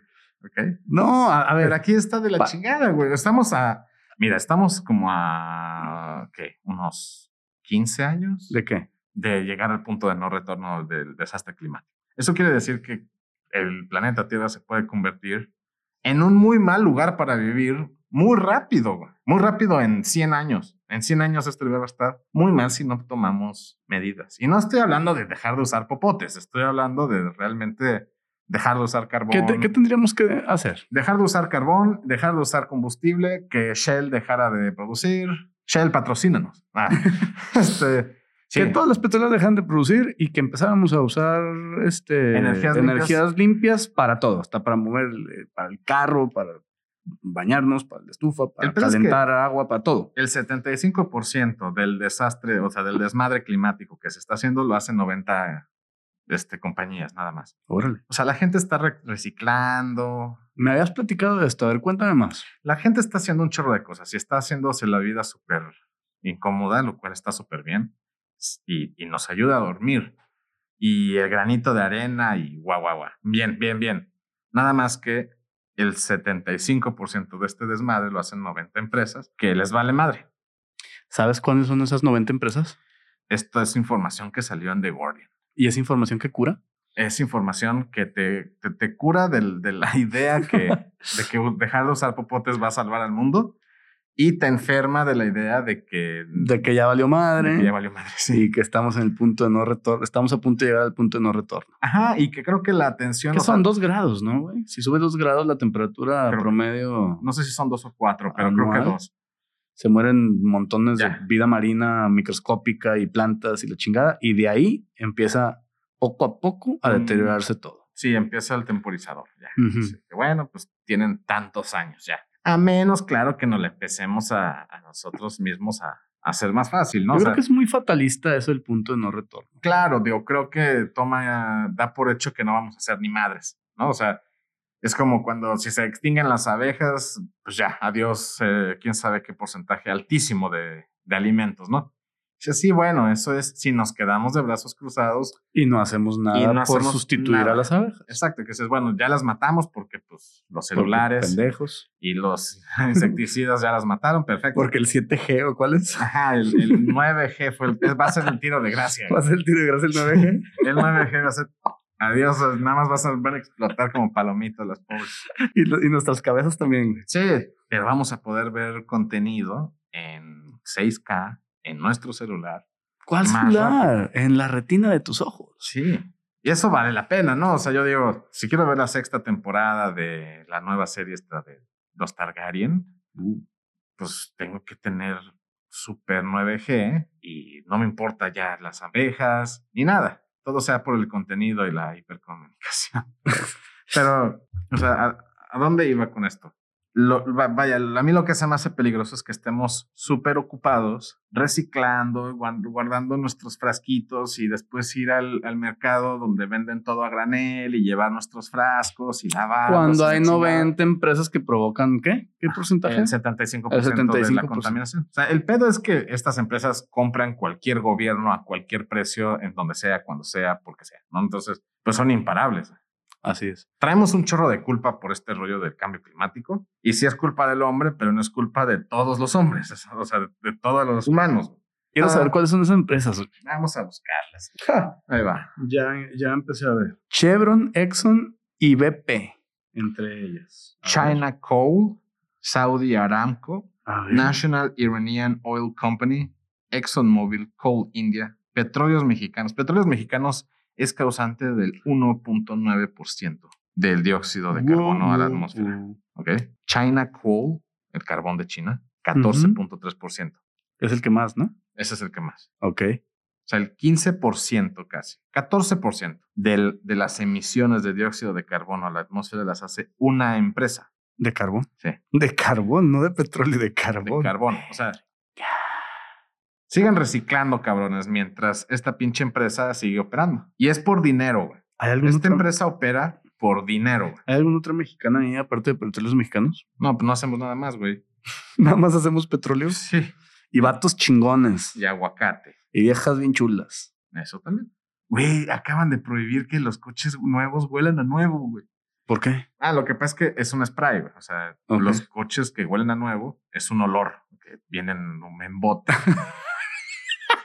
Speaker 2: Ok.
Speaker 3: No, a, a
Speaker 2: Pero
Speaker 3: ver.
Speaker 2: aquí está de la
Speaker 3: Pa-
Speaker 2: chingada, güey. Estamos a. Mira, estamos como a. ¿Qué? Unos 15 años.
Speaker 3: ¿De qué?
Speaker 2: de llegar al punto de no retorno del desastre climático. Eso quiere decir que el planeta Tierra se puede convertir en un muy mal lugar para vivir muy rápido, güey. muy rápido en 100 años. En 100 años este lugar va a estar muy mal si no tomamos medidas. Y no estoy hablando de dejar de usar popotes, estoy hablando de realmente dejar de usar carbón.
Speaker 3: ¿Qué, te- qué tendríamos que hacer?
Speaker 2: Dejar de usar carbón, dejar de usar combustible, que Shell dejara de producir. Shell, patrocínanos. Ah, este, Sí.
Speaker 3: Que todas las petroleras dejan de producir y que empezáramos a usar este,
Speaker 2: Energías limpias.
Speaker 3: energías limpias para todo, hasta para mover, eh, para el carro, para bañarnos, para la estufa, para
Speaker 2: El pedo es que-
Speaker 3: calentar agua, para todo.
Speaker 2: El 75% del desastre, o sea, del desmadre climático que se está haciendo lo hacen 90 este, compañías, nada más.
Speaker 3: Órale.
Speaker 2: O sea, la gente está re- reciclando,
Speaker 3: Me habías platicado de esto, a ver, cuéntame más.
Speaker 2: la gente está haciendo un chorro de cosas y está haciéndose la vida súper incómoda, lo cual está súper bien s- y, y nos ayuda a dormir. Y el granito de arena y guau, guau, guau. Bien, bien, bien. Nada más que el 75% de este desmadre lo hacen 90 empresas que les vale madre.
Speaker 3: ¿Sabes cuáles son esas 90 empresas?
Speaker 2: Esto es información que salió en The Guardian.
Speaker 3: ¿Y es información que cura?
Speaker 2: Es información que te, te, te cura del- de la idea que, de que dejar de usar popotes va a salvar al mundo y te enferma de la idea de que
Speaker 3: De que ya valió madre.
Speaker 2: De que ya valió madre, sí.
Speaker 3: Sí, que estamos en el punto de no retorno. Estamos a punto de llegar al punto de no retorno.
Speaker 2: Ajá, y que creo que la atención.
Speaker 3: Que
Speaker 2: o sea,
Speaker 3: son dos grados, ¿no, güey? Si sube dos grados la temperatura
Speaker 2: Creo-
Speaker 3: promedio,
Speaker 2: No sé si son dos o cuatro, pero creo que
Speaker 3: Anual.
Speaker 2: dos.
Speaker 3: se mueren montones
Speaker 2: Ya.
Speaker 3: de vida marina microscópica y plantas y la chingada. Y de ahí empieza poco a poco a
Speaker 2: Mm.
Speaker 3: deteriorarse todo.
Speaker 2: Sí, empieza el temporizador. Ya.
Speaker 3: Ujú.
Speaker 2: Sí, que bueno, pues tienen tantos años ya. A menos, claro, que nos le empecemos a, a nosotros mismos a, a hacer más fácil, ¿no?
Speaker 3: Yo
Speaker 2: O
Speaker 3: creo
Speaker 2: sea,
Speaker 3: que es muy fatalista eso el punto de no retorno.
Speaker 2: Claro, digo, creo que toma, da por hecho que no vamos a hacer ni madres, ¿no? O sea, es como cuando si se extinguen las abejas, pues ya, adiós, eh, quién sabe qué porcentaje altísimo de, de alimentos, ¿no? Dice, sí, bueno, eso es si nos quedamos de brazos cruzados.
Speaker 3: Y no hacemos nada
Speaker 2: no
Speaker 3: por
Speaker 2: hacemos
Speaker 3: sustituir
Speaker 2: nada.
Speaker 3: a las abejas.
Speaker 2: Exacto, que es bueno, ya las matamos porque pues los celulares
Speaker 3: Porque pendejos.
Speaker 2: y los insecticidas ya las mataron, perfecto.
Speaker 3: Porque el 7G o cuál es.
Speaker 2: Ajá, el, el 9G fue el- va a ser el tiro de gracia.
Speaker 3: Va a ser el tiro de gracia el 9G.
Speaker 2: El 9G va a ser. Adiós, nada más vas a, van a explotar como palomitas las pobres.
Speaker 3: y, lo- y nuestras cabezas también. güey.
Speaker 2: Sí, pero vamos a poder ver contenido en 6K en nuestro celular.
Speaker 3: ¿Cuál
Speaker 2: Más
Speaker 3: celular? En la retina de tus ojos.
Speaker 2: Sí. Y eso vale la pena, ¿no? O sea, yo digo, si quiero ver la sexta temporada de la nueva serie esta de los Targaryen, pues tengo que tener Super 9G y no me importa ya las abejas ni nada. Todo sea por el contenido y la hipercomunicación. Pero, o sea, ¿a, a dónde iba con esto? Lo- va- vaya, a mí lo que se me hace peligroso es que estemos súper ocupados, reciclando, guan- guardando nuestros frasquitos y después ir al, al mercado donde venden todo a granel y llevar nuestros frascos y lavar.
Speaker 3: Cuando hay 90 empresas que provocan, ¿qué? ¿Qué porcentaje?
Speaker 2: El 75%,
Speaker 3: El
Speaker 2: de la
Speaker 3: 75%.
Speaker 2: contaminación. O sea, el pedo es que estas empresas compran cualquier gobierno a cualquier precio, en donde sea, cuando sea, porque sea. ¿no? Entonces, pues son imparables.
Speaker 3: Así es.
Speaker 2: Traemos un chorro de culpa por este rollo del cambio climático. Y sí es culpa del hombre, pero no es culpa de todos los hombres, o sea, de, de todos los humanos.
Speaker 3: Quiero
Speaker 2: Ah.
Speaker 3: saber cuáles son esas empresas. güey.
Speaker 2: Vamos a buscarlas. Ahí va.
Speaker 3: Ya, ya empecé a ver. Chevron, Exxon y BP. Entre ellas. A
Speaker 2: China Coal, Saudi Aramco,
Speaker 3: ver, a ver.
Speaker 2: National Iranian Oil Company, ExxonMobil, Coal India, Petróleos Mexicanos. Petróleos Mexicanos es causante del 1.9% del dióxido de carbono a la
Speaker 3: Wow,
Speaker 2: atmósfera.
Speaker 3: wow.
Speaker 2: ¿ok? China Coal, el carbón de China, 14.3%.
Speaker 3: Es el que más, ¿no?
Speaker 2: Ese es el que más.
Speaker 3: Ok.
Speaker 2: O sea, el 15% casi, 14% del, de las emisiones de dióxido de carbono a la atmósfera las hace una empresa
Speaker 3: De carbón.
Speaker 2: Sí.
Speaker 3: De carbón, no de petróleo, de
Speaker 2: de
Speaker 3: carbón.
Speaker 2: carbón. O sea, Sigan reciclando, cabrones, mientras esta pinche empresa sigue operando. Y es por dinero, güey.
Speaker 3: ¿Hay algún,
Speaker 2: Esta
Speaker 3: otro-
Speaker 2: empresa opera por dinero, güey.
Speaker 3: ¿Hay alguna otra mexicana ahí aparte de petróleos mexicanos?
Speaker 2: No, pues no hacemos nada más, güey.
Speaker 3: Nada más hacemos petróleos
Speaker 2: Sí.
Speaker 3: y vatos chingones
Speaker 2: Y aguacate.
Speaker 3: y viejas bien chulas.
Speaker 2: Eso también. Güey, acaban de prohibir que los coches nuevos huelan a nuevo, güey.
Speaker 3: ¿Por qué?
Speaker 2: Ah, lo que pasa es que es un spray, güey. O sea,
Speaker 3: Ok.
Speaker 2: los coches que huelen a nuevo es un olor. Que vienen en un embote.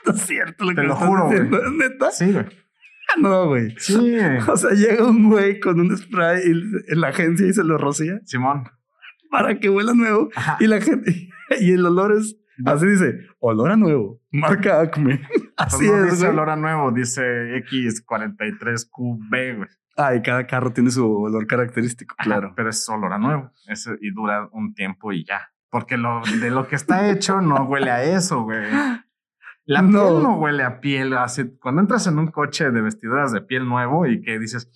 Speaker 3: No es cierto lo
Speaker 2: Te
Speaker 3: que me
Speaker 2: lo
Speaker 3: estás
Speaker 2: juro, güey.
Speaker 3: diciendo, ¿es ¿Neta?
Speaker 2: Sí, güey.
Speaker 3: Ah, No, güey.
Speaker 2: Sí.
Speaker 3: O sea, llega un güey con un spray y- en la agencia y se lo rocía
Speaker 2: Simón.
Speaker 3: para que huela nuevo.
Speaker 2: Ajá.
Speaker 3: Y la gente, y el olor es, así dice, olor a nuevo, marca Acme.
Speaker 2: Pues
Speaker 3: Así
Speaker 2: no
Speaker 3: es,
Speaker 2: dice
Speaker 3: güey.
Speaker 2: olor a nuevo, dice X43QB, güey.
Speaker 3: Ay, cada carro tiene su olor característico, claro.
Speaker 2: Pero es olor a nuevo. Ese- y dura un tiempo y ya. Porque lo, de lo que está hecho no huele a eso, güey. La
Speaker 3: No.
Speaker 2: piel no huele a piel. Hace, cuando entras en un coche de vestiduras de piel nuevo y que dices,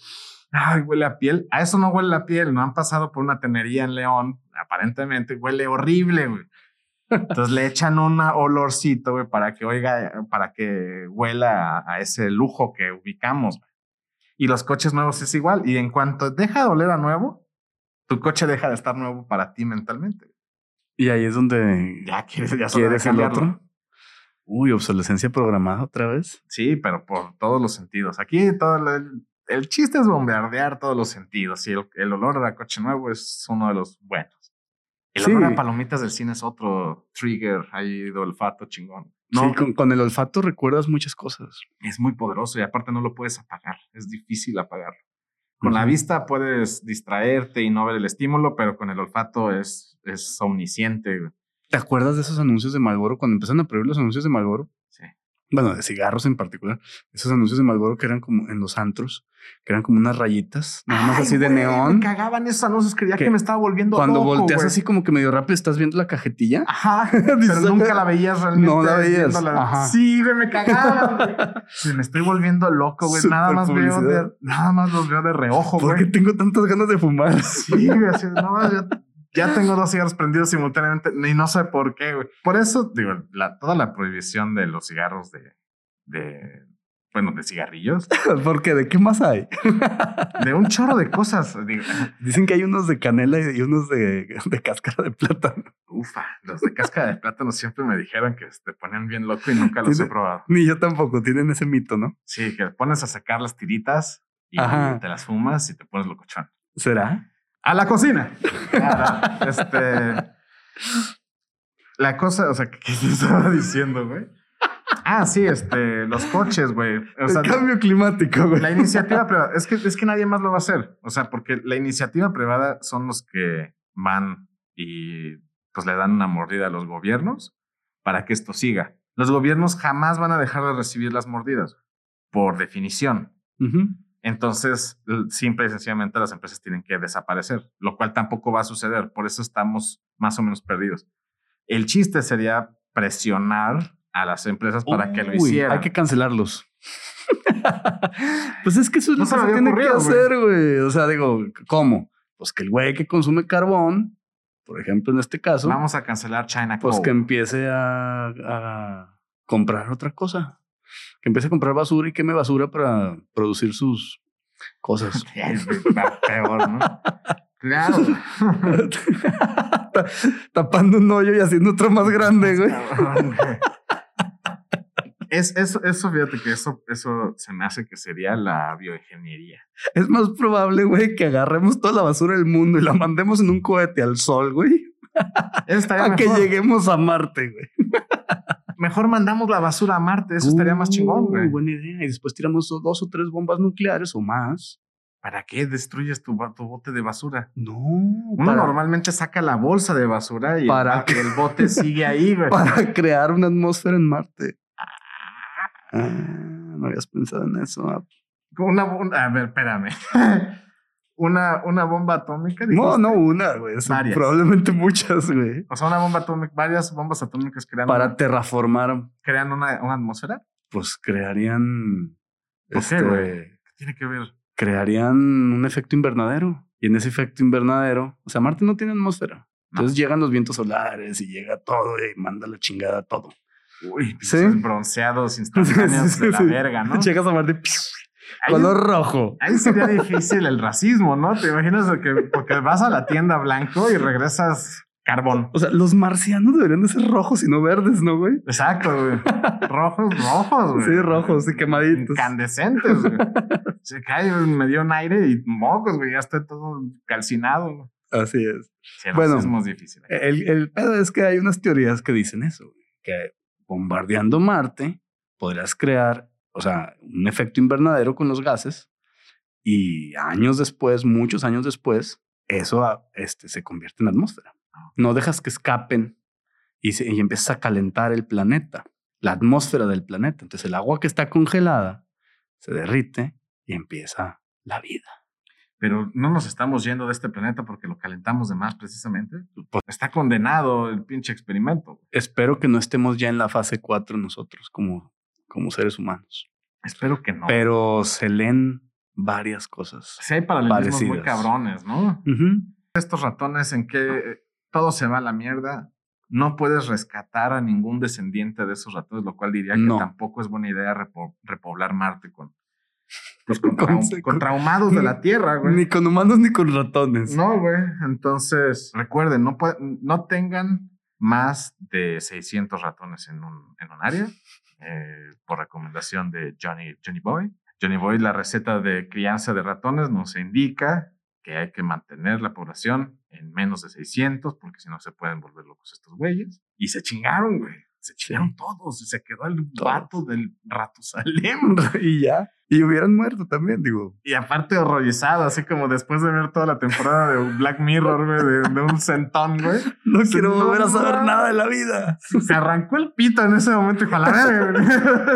Speaker 2: ay, huele a piel, a eso no huele la piel. No han pasado por una tenería en León, aparentemente huele horrible, güey. Entonces le echan un olorcito, güey, para que oiga, para que huela a, a ese lujo que ubicamos. güey. Y los coches nuevos es igual. Y en cuanto deja de oler a nuevo, tu coche deja de estar nuevo para ti mentalmente.
Speaker 3: Y ahí es donde
Speaker 2: Ya quieres, ya es hora de
Speaker 3: quieres el
Speaker 2: cambiarlo.
Speaker 3: otro. Uy, obsolescencia programada otra vez.
Speaker 2: Sí, pero por todos los sentidos. Aquí todo el, el chiste es bombardear todos los sentidos y el, el olor a coche nuevo es uno de los buenos. El
Speaker 3: Sí.
Speaker 2: olor a palomitas del cine es otro trigger ahí de olfato chingón. No,
Speaker 3: Sí, con, con el olfato recuerdas muchas cosas.
Speaker 2: es muy poderoso y aparte no lo puedes apagar. Es difícil apagarlo. Con la
Speaker 3: Ujú.
Speaker 2: vista puedes distraerte y no ver el estímulo, pero con el olfato es, es omnisciente. güey.
Speaker 3: ¿Te acuerdas de esos anuncios de Malboro? Cuando empezaron a prohibir los anuncios de Malboro,
Speaker 2: Sí.
Speaker 3: bueno, de cigarros en particular, esos anuncios de Malboro que eran como en los antros, que eran como unas rayitas, nada más
Speaker 2: Ay,
Speaker 3: así de
Speaker 2: güey, Me
Speaker 3: neón.
Speaker 2: cagaban esos anuncios, creía que,
Speaker 3: Que
Speaker 2: me estaba volviendo
Speaker 3: Cuando
Speaker 2: loco,
Speaker 3: volteas
Speaker 2: güey. Ah,
Speaker 3: así como que medio rápido, estás viendo la cajetilla.
Speaker 2: Ajá, pero
Speaker 3: Dices,
Speaker 2: nunca la veías realmente.
Speaker 3: No la veías,
Speaker 2: viéndola.
Speaker 3: ajá.
Speaker 2: Sí, güey, me cagaban. güey. Sí, me estoy volviendo loco, güey. Nada
Speaker 3: Súper
Speaker 2: más veo
Speaker 3: publicidad.
Speaker 2: de, nada más los veo de reojo,
Speaker 3: ¿Por qué
Speaker 2: güey.
Speaker 3: tengo tantas ganas de fumar?
Speaker 2: Sí, güey, así, nada más ya, ya tengo dos cigarros prendidos simultáneamente y no sé por qué, güey. Por eso, digo, la- toda la prohibición de los cigarros de, de, bueno, de cigarrillos,
Speaker 3: Porque de qué más hay?
Speaker 2: de un chorro de cosas. Digo,
Speaker 3: Dicen que hay unos de canela y unos de, de cáscara de plátano.
Speaker 2: ufa, los de cáscara de plátano siempre me dijeron que te ponían bien loco y nunca los he
Speaker 3: Tiene-
Speaker 2: probado.
Speaker 3: Ni yo tampoco, tienen ese mito, ¿no?
Speaker 2: Sí, que pones a sacar las tiritas y
Speaker 3: Ajá.
Speaker 2: te las fumas y te pones locochón.
Speaker 3: ¿Será?
Speaker 2: A la cocina. Ah, no, este. La cosa, o sea, ¿qué te estaba diciendo, güey? Ah, sí, este, los coches, güey. O sea,
Speaker 3: El cambio climático, güey.
Speaker 2: Pues la iniciativa privada, es que, es que nadie más lo va a hacer. O sea, porque la iniciativa privada son los que van y pues le dan una mordida a los gobiernos para que esto siga. Los gobiernos jamás van a dejar de recibir las mordidas, por definición.
Speaker 3: Ujú.
Speaker 2: Entonces, l- simple y sencillamente las empresas tienen que desaparecer, lo cual tampoco va a suceder. Por eso estamos más o menos perdidos. El chiste sería presionar a las empresas para que lo
Speaker 3: Uy,
Speaker 2: hicieran.
Speaker 3: Hay que cancelarlos. pues es que eso es
Speaker 2: No
Speaker 3: lo
Speaker 2: se
Speaker 3: que
Speaker 2: me
Speaker 3: se
Speaker 2: había
Speaker 3: tiene que
Speaker 2: ocurrido,
Speaker 3: hacer, güey. O sea, digo, ¿cómo? Pues que el güey que consume carbón, por ejemplo, en este caso,
Speaker 2: Vamos a cancelar China
Speaker 3: pues
Speaker 2: Coal.
Speaker 3: que empiece a, a comprar otra cosa. Que empiece a comprar basura y queme basura para producir sus cosas.
Speaker 2: Ya es va peor, ¿no? Claro.
Speaker 3: Ta- Tapando un hoyo y haciendo otro más grande, güey.
Speaker 2: Cabrón, güey. Es, eso, eso, fíjate que eso, eso se me hace que sería la bioingeniería.
Speaker 3: Es más probable, güey, que agarremos toda la basura del mundo y la mandemos en un cohete al sol, güey.
Speaker 2: Eso estaría
Speaker 3: A que
Speaker 2: mejor.
Speaker 3: lleguemos a Marte, güey.
Speaker 2: Mejor mandamos la basura a Marte, eso estaría más chingón,
Speaker 3: Uh,
Speaker 2: güey.
Speaker 3: Buena idea. Y después tiramos do- dos o tres bombas nucleares o más.
Speaker 2: ¿Para qué destruyes tu, ba- tu bote de basura?
Speaker 3: No.
Speaker 2: Uno
Speaker 3: Para,
Speaker 2: normalmente saca la bolsa de basura y el
Speaker 3: Para
Speaker 2: ba- el, bote sigue ahí, güey.
Speaker 3: para crear una atmósfera en Marte. Ah, no habías pensado en eso. ah.
Speaker 2: Una, bo- a ver, espérame. una, una bomba atómica.
Speaker 3: No,
Speaker 2: dijiste.
Speaker 3: no una, güey. son
Speaker 2: Varias.
Speaker 3: Probablemente muchas, güey.
Speaker 2: O sea, una bomba atómica, varias bombas atómicas crean,
Speaker 3: Para terraformar,
Speaker 2: crean una, una atmósfera.
Speaker 3: pues crearían. este,
Speaker 2: ¿Por qué, güey? ¿Qué tiene que ver?
Speaker 3: crearían un efecto invernadero. Y en ese efecto invernadero, o sea, Marte no tiene atmósfera. Entonces llegan los vientos solares y llega todo y manda la chingada todo.
Speaker 2: Uy,
Speaker 3: Sí.
Speaker 2: pinches bronceados instantáneos de la
Speaker 3: Sí.
Speaker 2: verga, ¿no?
Speaker 3: Llegas a Marte, ¡piu!
Speaker 2: Ahí-
Speaker 3: color rojo.
Speaker 2: Ahí sería difícil el racismo, ¿no? Te imaginas que porque vas a la tienda blanco y regresas carbón.
Speaker 3: O sea, los marcianos deberían de ser rojos y no verdes, ¿no, güey?
Speaker 2: Exacto, güey. Rojos, rojos, güey.
Speaker 3: Sí, rojos, sí, quemaditos.
Speaker 2: Incandescentes, güey. Se cae, güey, me dio un aire y mocos, güey. Ya estoy todo calcinado. güey.
Speaker 3: Así es.
Speaker 2: Sí, el
Speaker 3: Bueno.
Speaker 2: racismo es difícil.
Speaker 3: El, el pedo es que hay unas teorías que dicen eso, güey, que bombardeando Marte podrás crear, o sea, un efecto invernadero con los gases y años después, muchos años después, eso ah, este, se convierte en atmósfera. No dejas que escapen y, se, y empiezas a calentar el planeta, la atmósfera del planeta. Entonces el agua que está congelada se derrite y empieza la vida.
Speaker 2: pero no nos estamos yendo de este planeta porque lo calentamos de más precisamente. Pues está condenado el pinche experimento.
Speaker 3: Espero que no estemos ya en la fase 4 nosotros como, como seres humanos.
Speaker 2: Espero que no.
Speaker 3: Pero se leen varias cosas.
Speaker 2: Sí hay paralelismos muy
Speaker 3: Parecidas.
Speaker 2: cabrones, ¿no?
Speaker 3: Ujú.
Speaker 2: Estos ratones en que eh, todo se va a la mierda. No puedes rescatar a ningún descendiente de esos ratones, lo cual diría que
Speaker 3: No.
Speaker 2: tampoco es buena idea repo- repoblar Marte con, pues, con,
Speaker 3: Con-
Speaker 2: trau- con traumados de la Tierra, Ah, güey.
Speaker 3: Ni con humanos ni con ratones.
Speaker 2: No, güey. Entonces, recuerden, no, puede- no tengan más de 600 ratones en un, en un área, eh, por recomendación de Johnny, Johnny Boy. Johnny Boy, la receta de crianza de ratones nos indica que hay que mantener la población en menos de 600, porque si no se pueden volver locos estos güeyes. Y se chingaron, güey. Se chingaron todos. Se quedó el vato del Ratusalem.
Speaker 3: y ya. Y hubieran muerto también, digo.
Speaker 2: Y aparte horrorizado, así como después de ver toda la temporada de Black Mirror, güey, de, de un centón, güey.
Speaker 3: No
Speaker 2: Sí,
Speaker 3: quiero
Speaker 2: no,
Speaker 3: volver a
Speaker 2: no,
Speaker 3: saber
Speaker 2: no.
Speaker 3: nada de la vida.
Speaker 2: Se arrancó el pito en ese momento y dijo, "A la verga,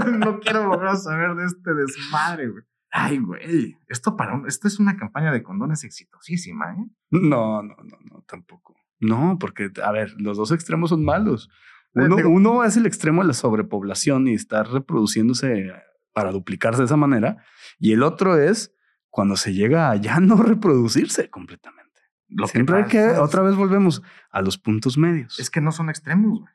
Speaker 2: güey. No quiero volver a saber de este desmadre, güey. Ay, güey. Esto para un- esto es una campaña de condones exitosísima, ¿eh?
Speaker 3: No, no, no, no, tampoco. No, porque, a ver, los dos extremos son malos. Uno,
Speaker 2: Eh, digo-
Speaker 3: uno es el extremo de la sobrepoblación y estar reproduciéndose para duplicarse de esa manera. Y el otro es cuando se llega a ya no reproducirse completamente.
Speaker 2: Lo que
Speaker 3: Siempre hay que,
Speaker 2: pasa es-
Speaker 3: otra vez volvemos a los puntos medios.
Speaker 2: Es que no son extremos, güey.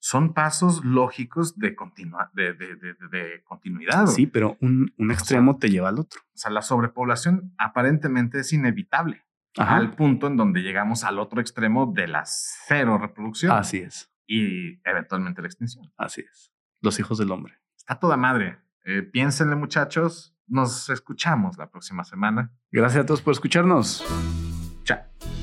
Speaker 2: Son pasos lógicos de, continua- de, de- de- de- de continuidad. güey.
Speaker 3: sí, pero un, un extremo te lleva al otro.
Speaker 2: O sea, la sobrepoblación aparentemente es inevitable.
Speaker 3: Ajá.
Speaker 2: al punto en donde llegamos al otro extremo de la cero reproducción
Speaker 3: Así es,
Speaker 2: y eventualmente la extinción.
Speaker 3: así es. Los hijos del hombre.
Speaker 2: Está toda madre. Eh, piénsenle, muchachos. Nos escuchamos la próxima semana.
Speaker 3: Gracias a todos por escucharnos.
Speaker 2: Chao.